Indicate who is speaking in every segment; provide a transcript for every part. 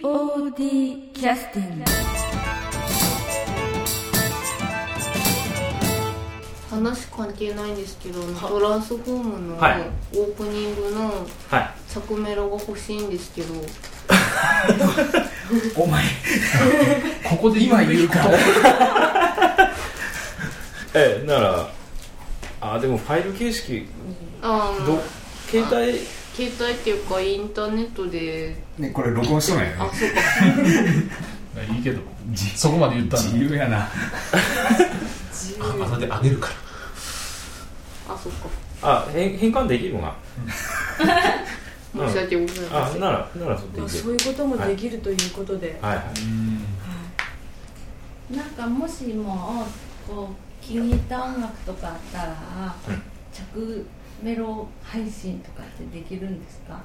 Speaker 1: POD キャスティング
Speaker 2: 話関係ないんですけどトランスフォームのオ
Speaker 3: はい
Speaker 2: ープニングの
Speaker 3: はい。
Speaker 2: 作メロが欲しいんですけど、
Speaker 4: お前 ここで今言うから
Speaker 3: ええ、なら、あ、でもファイル形式、
Speaker 2: あー
Speaker 3: ど、携帯、
Speaker 2: 携帯っていうかインターネットで
Speaker 5: ね、これ録音しとんやね
Speaker 2: あそうか
Speaker 4: いいけどそこまで言ったん
Speaker 5: 自
Speaker 4: だ
Speaker 5: 由やな
Speaker 6: あなであげるか
Speaker 2: あそうか
Speaker 3: あ、変変換できるな。
Speaker 2: 申し訳ございま
Speaker 3: あ、
Speaker 2: せん
Speaker 3: なら、ならそれでいけ
Speaker 7: そう
Speaker 3: る。
Speaker 7: いうこともできるということで、
Speaker 3: はいはい。
Speaker 1: なんかもしもこう気に入った音楽とかあったら、
Speaker 3: うん
Speaker 1: 着メロ配信とかってできるんですか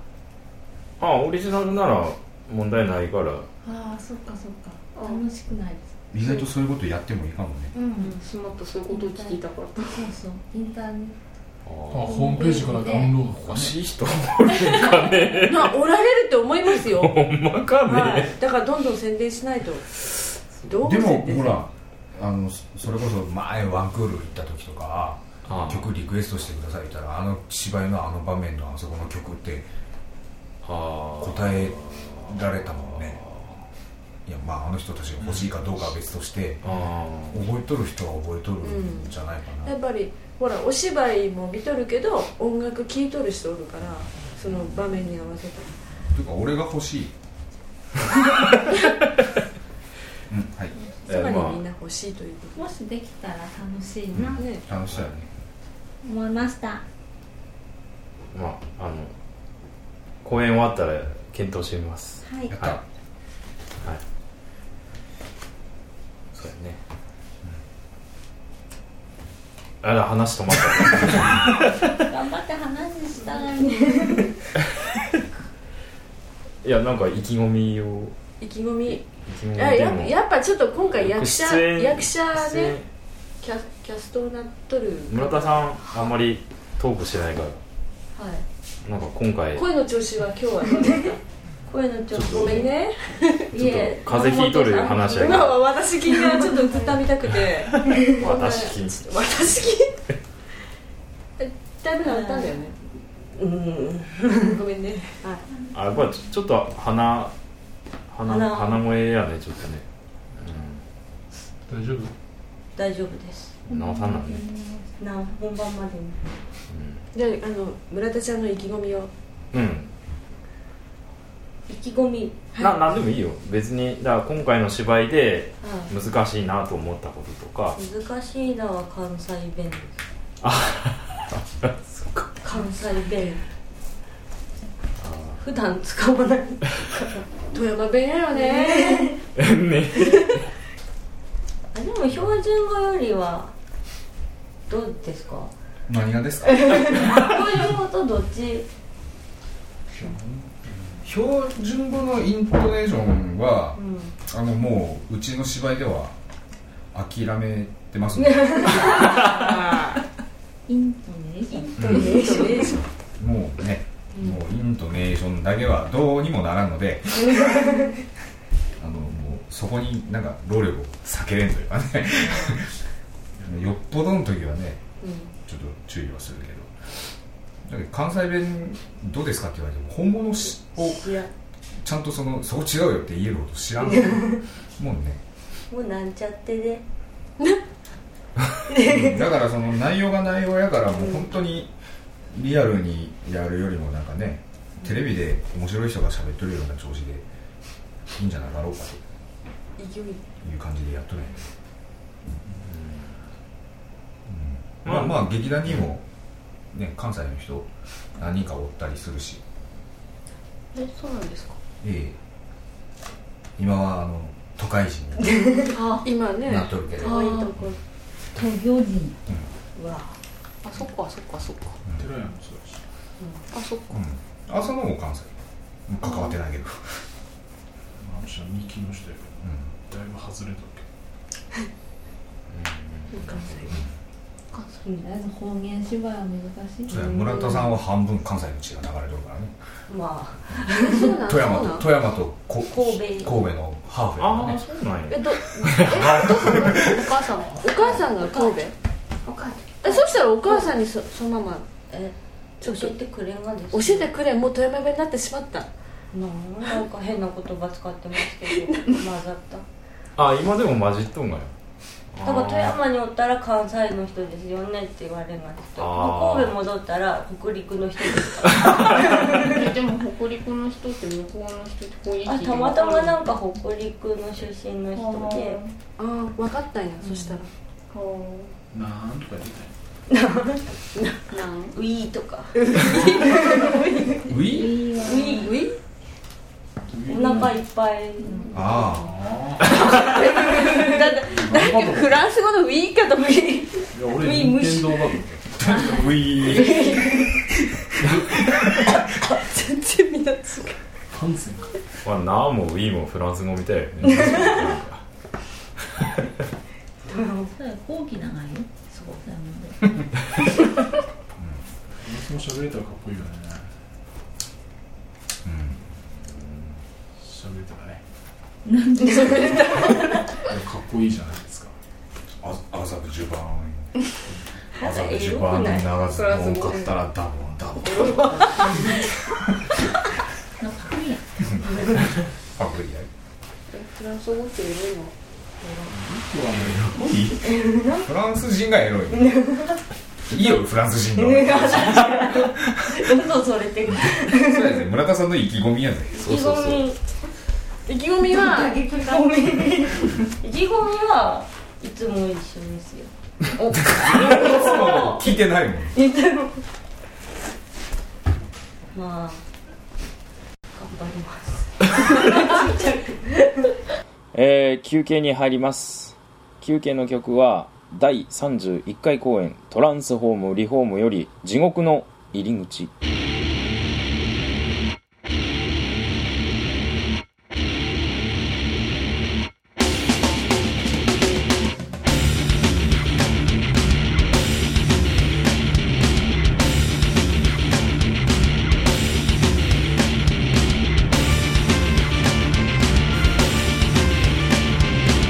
Speaker 3: あ、オリジナルなら問題ないから。
Speaker 1: ああそっかそっか
Speaker 2: あ
Speaker 1: 楽しくないです
Speaker 5: 意外とそういうことやってもいいかもね
Speaker 1: うん、
Speaker 2: しまったそういうことを聞いたから
Speaker 1: そうそうインターネ
Speaker 4: あホームページからダウンロードとか
Speaker 3: 欲
Speaker 4: ね
Speaker 3: しい人
Speaker 7: まあおられると思いま すよ、
Speaker 3: ほんまか
Speaker 7: は
Speaker 3: ね。
Speaker 7: い、だからどんどん宣伝しないとどう
Speaker 5: でも
Speaker 7: 宣伝
Speaker 5: ほらあのそそれこそ前ワンクール行った時とか
Speaker 3: あ
Speaker 5: 曲リクエストしてくださいって言ったらあの芝居のあの場面のあそこの曲って
Speaker 3: あ
Speaker 5: 答えられたもんねいやまああの人たちが欲しいかどうかは別として
Speaker 3: ああ
Speaker 5: 覚えとる人は覚えとるんじゃないかな、
Speaker 7: やっぱりほらお芝居も見とるけど音楽聴いとる人おるからその場面に合わせて
Speaker 5: というか俺が欲 しいうんはい
Speaker 3: え
Speaker 7: そば
Speaker 3: まあ
Speaker 7: にみんな欲しいというこ
Speaker 1: ルもしできたら楽しいな
Speaker 7: とね
Speaker 5: 楽しそうやね
Speaker 1: 思いました
Speaker 3: まああの公演終わったら検討してみます
Speaker 1: はい
Speaker 5: やった、
Speaker 3: はいそうやね、あら話止まっ
Speaker 1: 頑張って話したのに
Speaker 3: たいやなんか意気込みを
Speaker 7: 意気込み
Speaker 3: 意気込みでも
Speaker 7: いやややっぱちょっと今回役者
Speaker 3: 出演
Speaker 7: 役者
Speaker 3: 出演
Speaker 7: ねキャキャストになっとる
Speaker 3: 村田さんあんまりトークしてないから
Speaker 7: はい
Speaker 3: なんか今回ちょっ
Speaker 7: 声の調子は今日はどう ですか声の調
Speaker 3: ちょっ
Speaker 7: 子
Speaker 3: と
Speaker 7: ごめんね
Speaker 3: と
Speaker 1: いえ
Speaker 3: 風邪ひいとる話やけ
Speaker 7: 今
Speaker 3: ど
Speaker 7: は私気がちょっと歌みたくて
Speaker 3: 私気
Speaker 7: ちょっと 私気 えだいぶ慣れたんだよねうんごめんねは
Speaker 3: あ
Speaker 7: い
Speaker 3: やっぱちょちょっと鼻鼻
Speaker 7: 鼻
Speaker 3: 鼻声やねちょっとね、
Speaker 6: 大丈夫
Speaker 8: 大丈夫です
Speaker 3: うん、直さんなんね、
Speaker 8: な本番までに
Speaker 7: じゃああの村田ちゃんの意気込みを
Speaker 3: うんうん
Speaker 8: 意気込み
Speaker 3: ななんでもいいよ別にだから今回の芝居で
Speaker 8: あ
Speaker 3: 難しいなと思ったことと か
Speaker 8: 難しいのは関西弁です
Speaker 3: そっか
Speaker 8: 関西弁
Speaker 3: あ
Speaker 8: 普段使わない
Speaker 7: 富山弁やよね
Speaker 3: ーね
Speaker 8: あでも標準語よりはどうですか
Speaker 5: 何がですか
Speaker 8: 標準語とどっち
Speaker 5: 標準語のイントネーションは
Speaker 8: う、ん
Speaker 5: あのもううちの芝居では諦めてますね
Speaker 1: イントネーション
Speaker 7: えそうね
Speaker 5: もうね、もうイントネーションだけはどうにもならんの であのもうそこになんか労力を避けれんというかねよっぽどの時はねちょっと注意はするけどだけど関西弁どうですかって言われても本物しを
Speaker 7: いや
Speaker 5: ちゃんとそのそこ違うよって言えること知らん もんね
Speaker 8: もうなんちゃってで
Speaker 5: うんだからその内容が内容やからもう本当にリアルにやるよりもなんかねテレビで面白い人が喋っとるような調子でいいんじゃなかろうかと
Speaker 7: 勢い
Speaker 5: いう感じでやっとるんやね、うん
Speaker 3: まあ
Speaker 5: まあまあ劇団にもね関西の人何人かおったりするし
Speaker 2: えそうなんですか
Speaker 5: ええ今はあの都会人
Speaker 2: あ今ね
Speaker 5: になっとるけど、
Speaker 2: 可愛いとこ
Speaker 1: 東京人
Speaker 2: あそっかそっかそっか
Speaker 4: 寺山もそうだし
Speaker 2: あそっか
Speaker 5: うん、朝のも関西関わってないけど、
Speaker 4: あの人は三木の人やけどだいぶ外れたっけ
Speaker 7: 関西
Speaker 2: 関西
Speaker 1: 方言芝居は難しい
Speaker 5: そうや村田さんは半分関西の血が流れてるからね
Speaker 8: ま
Speaker 7: そうなの
Speaker 5: 富山
Speaker 7: そう
Speaker 5: と
Speaker 7: なの
Speaker 5: 富山とこ
Speaker 8: 神戸
Speaker 5: 神戸のハーフやから
Speaker 3: ああ
Speaker 5: ね
Speaker 3: そうなん
Speaker 7: え
Speaker 3: や
Speaker 7: っと
Speaker 2: お母さんは
Speaker 7: お母さんが神戸
Speaker 2: お母さん
Speaker 7: えそしたらお母さんにそそのままちょ
Speaker 8: あ
Speaker 7: っ
Speaker 8: 教
Speaker 7: と
Speaker 8: えてくれんがです
Speaker 7: 教えてくれもう富山弁になってしまった
Speaker 8: なんなんか変な言葉使ってますけど混ざった
Speaker 3: あ今でも混じっとんがよ
Speaker 8: だから富山におったら関西の人ですよねって言われますけど
Speaker 3: あー
Speaker 8: 神戸戻ったら北陸の 人ですか
Speaker 2: えでも北陸の人って向こうの人ってこういう
Speaker 8: らあたまたまなんか北陸の出身の人で
Speaker 7: ああ分かったんや、そしたら
Speaker 4: なんとか言ってたよ
Speaker 2: なん
Speaker 8: ウィーとか
Speaker 5: ウィー
Speaker 8: ウィーウィーお腹いっぱい、
Speaker 5: あ
Speaker 8: だって
Speaker 4: なんか
Speaker 7: フランス語のウィーかと思い
Speaker 4: いや俺任天堂バブル
Speaker 5: あウィー
Speaker 7: 全然みんな違う
Speaker 4: 感染か
Speaker 3: まあ、なあもウィーもフランス語みたいよ ね
Speaker 1: それ後期長いよそうなので
Speaker 4: その喋れたらかっこいいよね喋れたらねなんで喋れたかっこいいじゃないですか
Speaker 5: あ麻布十番麻布十番に流すの多かったらダボンダボン
Speaker 1: なんかいいや
Speaker 5: パクリや
Speaker 7: フランス語って言えるの
Speaker 4: 今日はね
Speaker 5: フランス人がエロいねいいよフランス人が
Speaker 8: 嘘それって
Speaker 5: そうやぜ村田さんの意気込みやぜ
Speaker 3: そうそうそう
Speaker 7: 意気込みは
Speaker 8: 意気込み意気込みはいつも一緒ですよ
Speaker 5: 聞いてないもん
Speaker 8: まあ頑張ります
Speaker 9: えー休憩に入ります休憩の曲は第31回公演「トランスフォームリフォーム」より「地獄の入り口」
Speaker 10: 「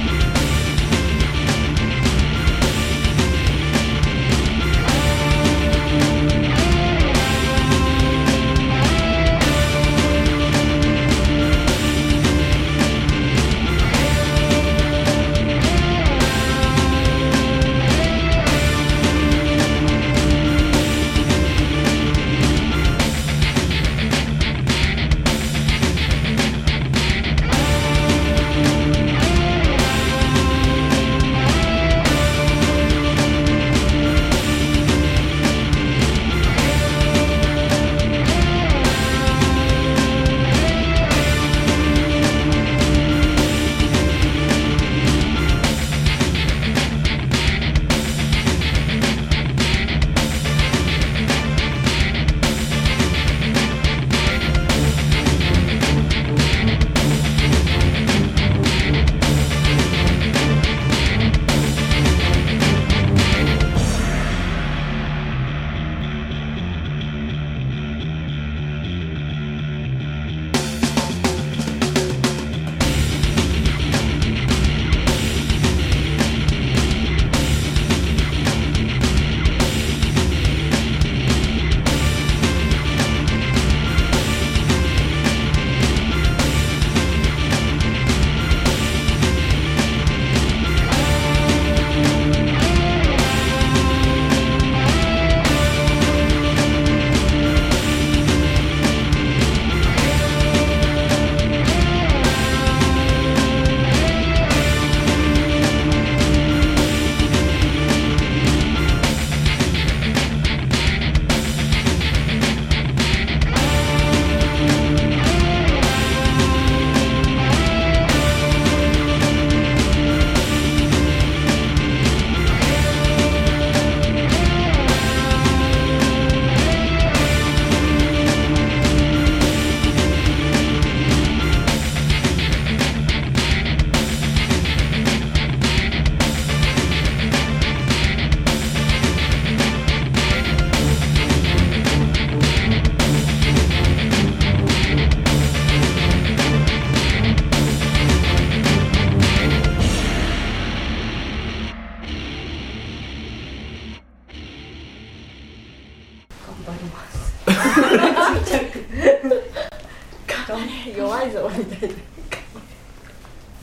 Speaker 7: 愛沢みたいな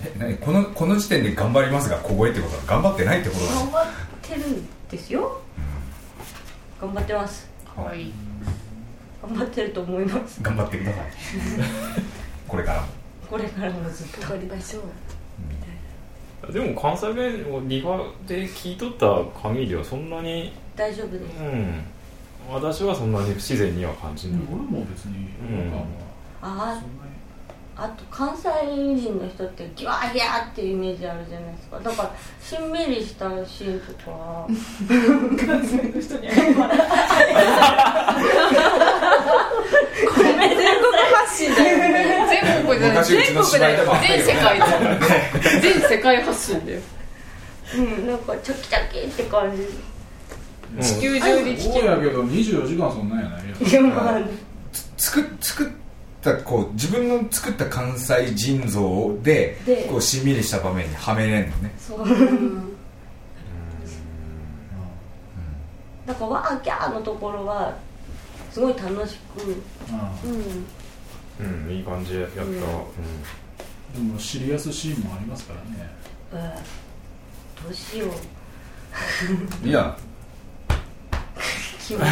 Speaker 5: え何このこの時点で頑張りますが小声ってことは頑張ってないってことだ
Speaker 8: 頑張ってるんですよ頑張ってます
Speaker 5: はい
Speaker 8: 頑張ってると思います
Speaker 5: 頑張ってください これからも
Speaker 8: これからもずっと
Speaker 7: 頑張りましょう
Speaker 3: でも関西弁をリハで聞いとった限りはそんなに
Speaker 8: 大丈夫で
Speaker 3: う
Speaker 8: す
Speaker 3: ん私はそんなに不自然には感じ
Speaker 4: 俺
Speaker 3: ない、
Speaker 4: も別に違和感はそ
Speaker 8: あ
Speaker 4: んなに
Speaker 8: ああと関西人の人ってギワーギャーっていうイメージあるじゃないですかだからしんみりしたシーンとか関西の人に謝らないごめんなさい
Speaker 7: 発信だよね
Speaker 2: 全国じゃない
Speaker 5: 昔うち
Speaker 2: 全
Speaker 5: の
Speaker 2: 国
Speaker 5: 芝居でもあったけど
Speaker 2: 全世界だ全世界発信だよ
Speaker 8: うんなんかチャキチャキって感じ
Speaker 3: うん
Speaker 2: 地球上で聞
Speaker 4: そう
Speaker 2: け
Speaker 4: や
Speaker 2: る
Speaker 4: けど24時間そんなんやないや
Speaker 8: いやまあ
Speaker 5: 作作ったこう自分の作った関西人像で
Speaker 8: で
Speaker 5: こうしんみりした場面にはめれんのね
Speaker 8: そう
Speaker 2: うん
Speaker 8: だからわーギャーのところはすごい楽しく
Speaker 4: あ
Speaker 7: うん
Speaker 3: うん、いい感じやった、うん
Speaker 4: あでもシリアスシーンもありますからね
Speaker 8: うんどうしよう
Speaker 5: いや
Speaker 8: 気は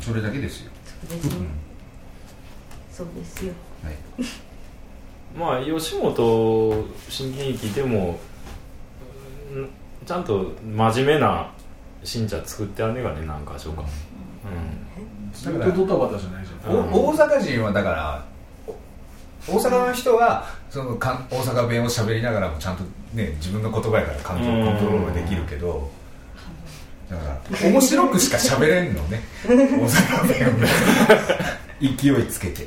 Speaker 5: それだけですよ、
Speaker 8: そうですよそうですよ
Speaker 5: は
Speaker 3: ま
Speaker 5: い、
Speaker 3: あ吉本新喜劇でもうんちゃんと真面目な信者作ってあんねがねなんか所かう
Speaker 4: ずっとドタバタじゃないじゃん
Speaker 3: うん
Speaker 5: お大阪人はだからお大阪の人はそのかん大阪弁を喋りながらもちゃんとね自分の言葉やから感情をコントロールできるけどだから面白くしか喋れんのね大阪弁をね勢いつけて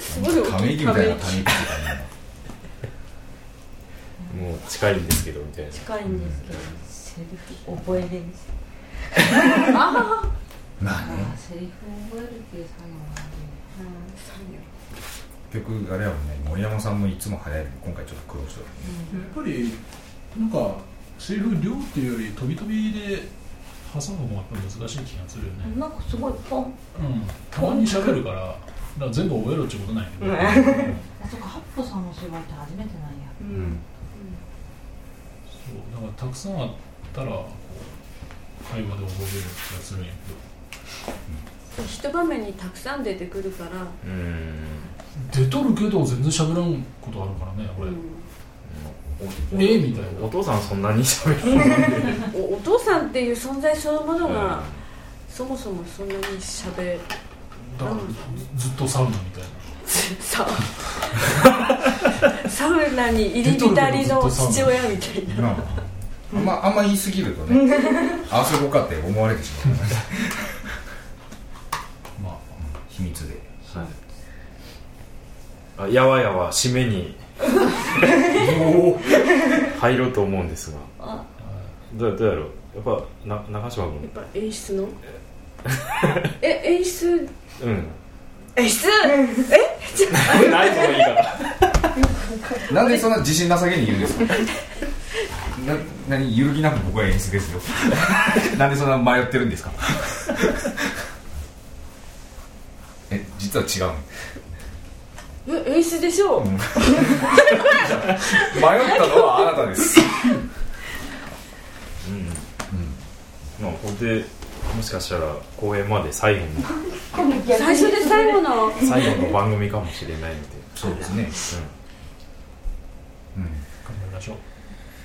Speaker 7: すごい大きい
Speaker 5: ため息みたいな
Speaker 7: た
Speaker 5: ため息だね
Speaker 3: んもう近いんですけどみたいな
Speaker 8: 近いんですけどセリフ覚えれんし
Speaker 5: まあね
Speaker 8: セリフ覚えるっていう作業が
Speaker 5: 結局あれやもんね森山さんもいつも早い今回ちょっと苦労してる
Speaker 4: やっぱりなんかセリフ量っていうより飛び飛びで
Speaker 6: 挟む方がやっぱ難しい気がするよ
Speaker 8: ある
Speaker 6: ね
Speaker 8: なんかすごいポン
Speaker 6: うんたまに喋るからだから全部覚えろってことないけど、
Speaker 8: うん
Speaker 6: うん
Speaker 1: あそこ八歩さんの芝居って初めてなんや
Speaker 8: うん
Speaker 6: そうだからたくさんあったらこう会話で覚える気がするんや
Speaker 7: 一場面にたくさん出てくるから、
Speaker 3: うん
Speaker 6: けど出とるけど全然喋らんことあるからね俺、
Speaker 3: お
Speaker 6: えみたいな
Speaker 3: お父さんそんなに喋る
Speaker 7: おお父さんっていう存在そのものが、
Speaker 3: うん
Speaker 7: そもそもそんなに喋
Speaker 6: だからずずっとサウナみたいな
Speaker 7: サウサウナに入り浸りの父親みたい
Speaker 5: な
Speaker 7: な
Speaker 5: ああんまあんま言い過ぎると ねあそこかって思われてしまうからね
Speaker 6: まあ
Speaker 5: 秘密で
Speaker 3: あやわやわ締めに入ろうと思うんですが
Speaker 8: あ
Speaker 3: どうやどうやろうやっぱな中島
Speaker 7: やっぱ演出 のえ演出
Speaker 3: 君うん
Speaker 7: 演出
Speaker 3: ないその言い方
Speaker 5: なんでそんな自信なさげに言うんですか な何揺るぎなく僕は演出ですよ なんでそんな迷ってるんですか え実は違う
Speaker 7: え演出でし ょう、
Speaker 5: んの迷ったのはあなたです
Speaker 3: うん、うん、まあこれでもしかしたら公演まで最後の
Speaker 7: 最初で最後の
Speaker 3: 最後の番組かもしれないので、
Speaker 5: そうですねうん、
Speaker 6: 頑張りましょう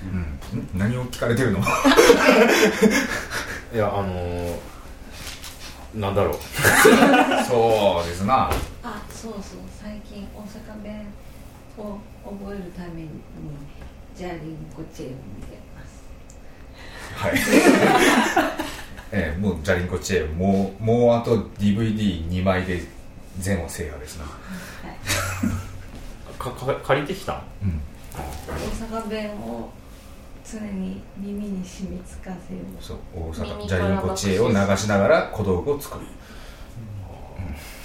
Speaker 5: うん、何を聞かれてるの
Speaker 3: うん、いやあのー、なんだろう
Speaker 5: そうですな
Speaker 1: あそうそう最近大阪弁を覚えるためにジャーリンコチェを見てます
Speaker 5: はい。ええ、もうジャリンコチェーンもうもうあと DVD2 枚で全を制覇ですな、
Speaker 3: かか借りてきたん
Speaker 5: うん、
Speaker 1: 大阪弁を常に耳に染みつかせる
Speaker 5: そう大阪ジャリンコチェーンを流しながら小道具を作る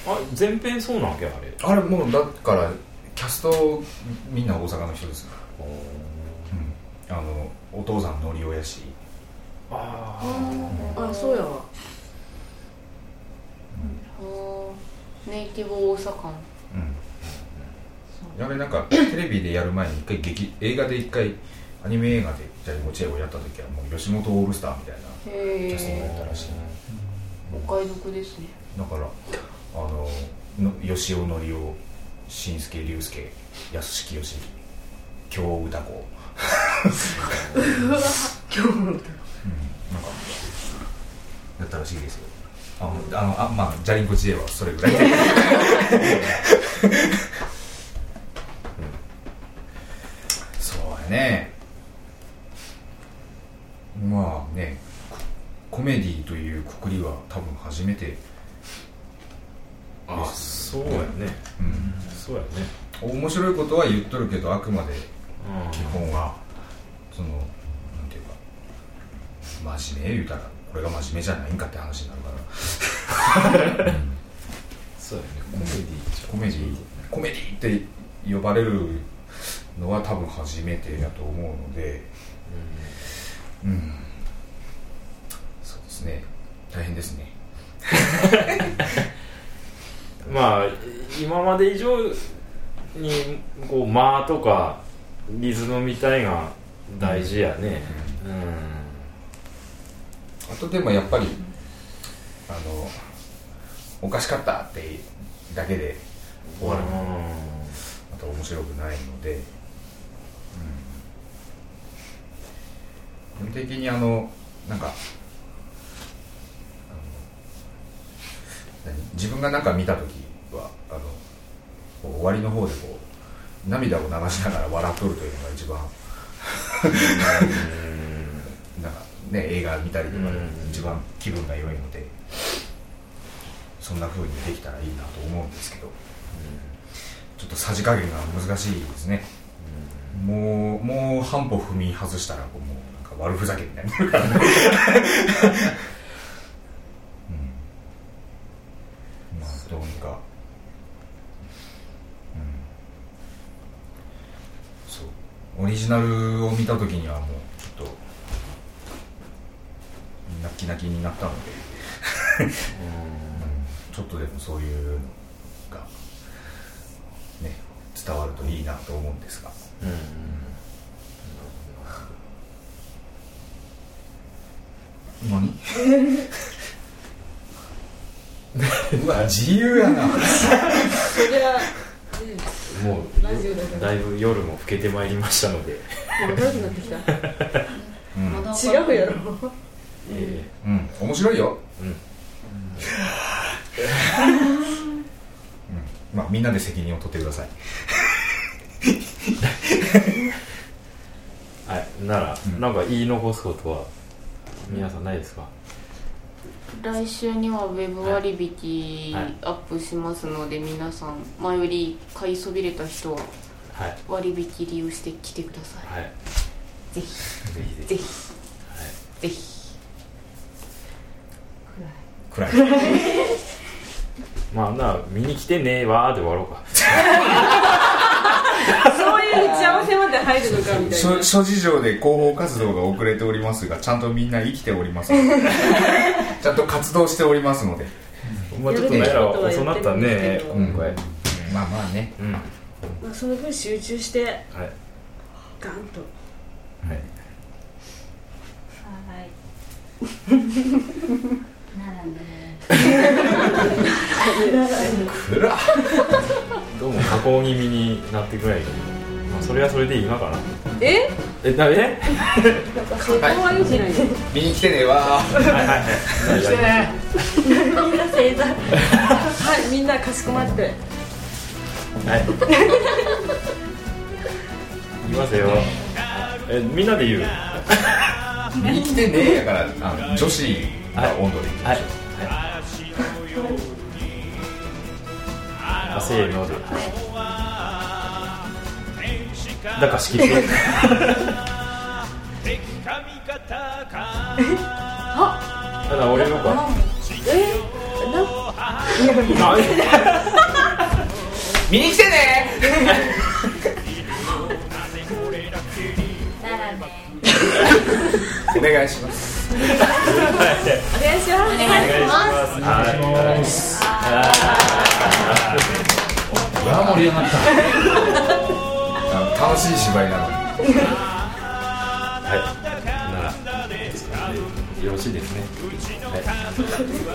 Speaker 3: あ前編そうなわけあれ
Speaker 5: あれもうだからキャストみんな大阪の人ですよ、うん、あのお父さんのりおやし
Speaker 3: ああ
Speaker 7: あそうやわ
Speaker 2: ネイティブ大阪
Speaker 5: うん、あれなんかテレビでやる前に一回劇映画で一回アニメ映画でジャイモチェをやった時はもう吉本オールスターみたいなキャスティングやったらしい
Speaker 2: お買い得ですね
Speaker 5: だからあのの吉尾のりお新助龍介安式義京歌子
Speaker 7: 今日も
Speaker 5: なんかやったらしいですよあのあのあまあジャリンコ知恵はそれぐらいうんそうやねまあねコメディというくくりは多分初めて、
Speaker 3: あそうやね
Speaker 5: うん
Speaker 3: そうやね
Speaker 5: 面白いことは言っとるけどあくまで
Speaker 3: うん
Speaker 5: 基本はそのなんていうか真面目言うたらこれが真面目じゃないんかって話になるから
Speaker 3: そうやねコメディ
Speaker 5: コメディコメディって呼ばれるのは多分初めてだと思うのでうんそうですね大変ですね
Speaker 3: まあ今まで以上にこう間とかリズムみたいが大事やねうん、
Speaker 5: あとでもやっぱりあのおかしかったってだけで終わるのはまた面白くないので、うん、基本的にあのなんかあの何自分が何か見た時はあのこう終わりの方でこう涙を流しながら笑っとるというのが一番 なんかね映画見たりとかで一番気分が良いので、そんな風にできたらいいなと思うんですけど、ちょっとさじ加減が難しいですね、もうもう半歩踏み外したらこうもうなんか悪ふざけみたいになるからね、うん、まあどうにか、うん、そうオリジナルを見た時にはもうちょっと泣き泣きになったので、うんちょっとでもそういうのがね伝わるといいなと思うんですが
Speaker 3: うんうん
Speaker 5: 何うわ自由やな
Speaker 7: そりゃ
Speaker 3: も
Speaker 7: ラジオだか
Speaker 3: う
Speaker 7: ら
Speaker 3: だいぶ夜も更けてまいりましたので、
Speaker 7: 分からなくなってきた
Speaker 5: うん
Speaker 7: 違うやろ
Speaker 3: え
Speaker 5: うん、面白いよ。
Speaker 3: うん
Speaker 5: うんまあ、みんなで責任を取ってください。
Speaker 3: ーはいなら、
Speaker 5: うん
Speaker 3: なんか言い残すことは皆さんないですか
Speaker 2: 来週にはウェブ割引
Speaker 3: はいはい
Speaker 2: アップしますので、皆さん前より買いそびれた人は
Speaker 3: はい
Speaker 2: 割引利用して来てください
Speaker 3: はい
Speaker 2: ぜひ
Speaker 3: ぜひぜひ
Speaker 2: ぜひぜひ
Speaker 5: 暗い。
Speaker 3: まあなあ見に来てねーわーで終わろうか
Speaker 7: そういう打ち合わせまで入るのかみたいな
Speaker 5: 諸諸事情で広報活動が遅れておりますが、ちゃんとみんな生きておりますので。ちゃんと活動しておりますので。
Speaker 3: まあちょっとね
Speaker 7: やるべきことは
Speaker 3: 遅なった
Speaker 7: やっ
Speaker 3: ね
Speaker 7: てる
Speaker 3: 今回
Speaker 5: まあまあね。
Speaker 3: うん、はい
Speaker 7: まあその分集中して
Speaker 3: はい
Speaker 7: ガンと
Speaker 1: はい並んでね
Speaker 5: 暗っ。
Speaker 3: どうも加工気味になってくらいで、まあ、それはそれでいいのかな
Speaker 7: え
Speaker 3: えダメね
Speaker 7: そこはいいんじゃ ないの
Speaker 5: 見に来てねえわー。
Speaker 3: してね
Speaker 7: はいみんなかしこまって
Speaker 3: はい 言いますよえみんなで言う
Speaker 5: 見に来てねえやから、あの女子が温度でいきま
Speaker 3: はい
Speaker 5: しょう。
Speaker 3: あせーのでだから仕切ってあだから俺のかえな
Speaker 5: 見に来てねー。
Speaker 1: 並んで
Speaker 5: お願いします。
Speaker 7: 願いします
Speaker 3: お願いします。はい
Speaker 5: わあ盛り上がったあの楽しい芝居なのに
Speaker 3: はい。なら、ですかねよろしいですね。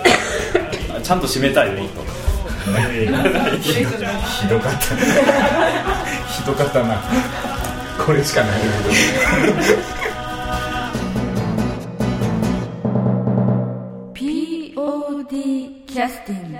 Speaker 3: はいあちゃんと締めたいよ、もっと。
Speaker 5: ひどかった ひどかったなこれしかない
Speaker 1: ー POD キャスティング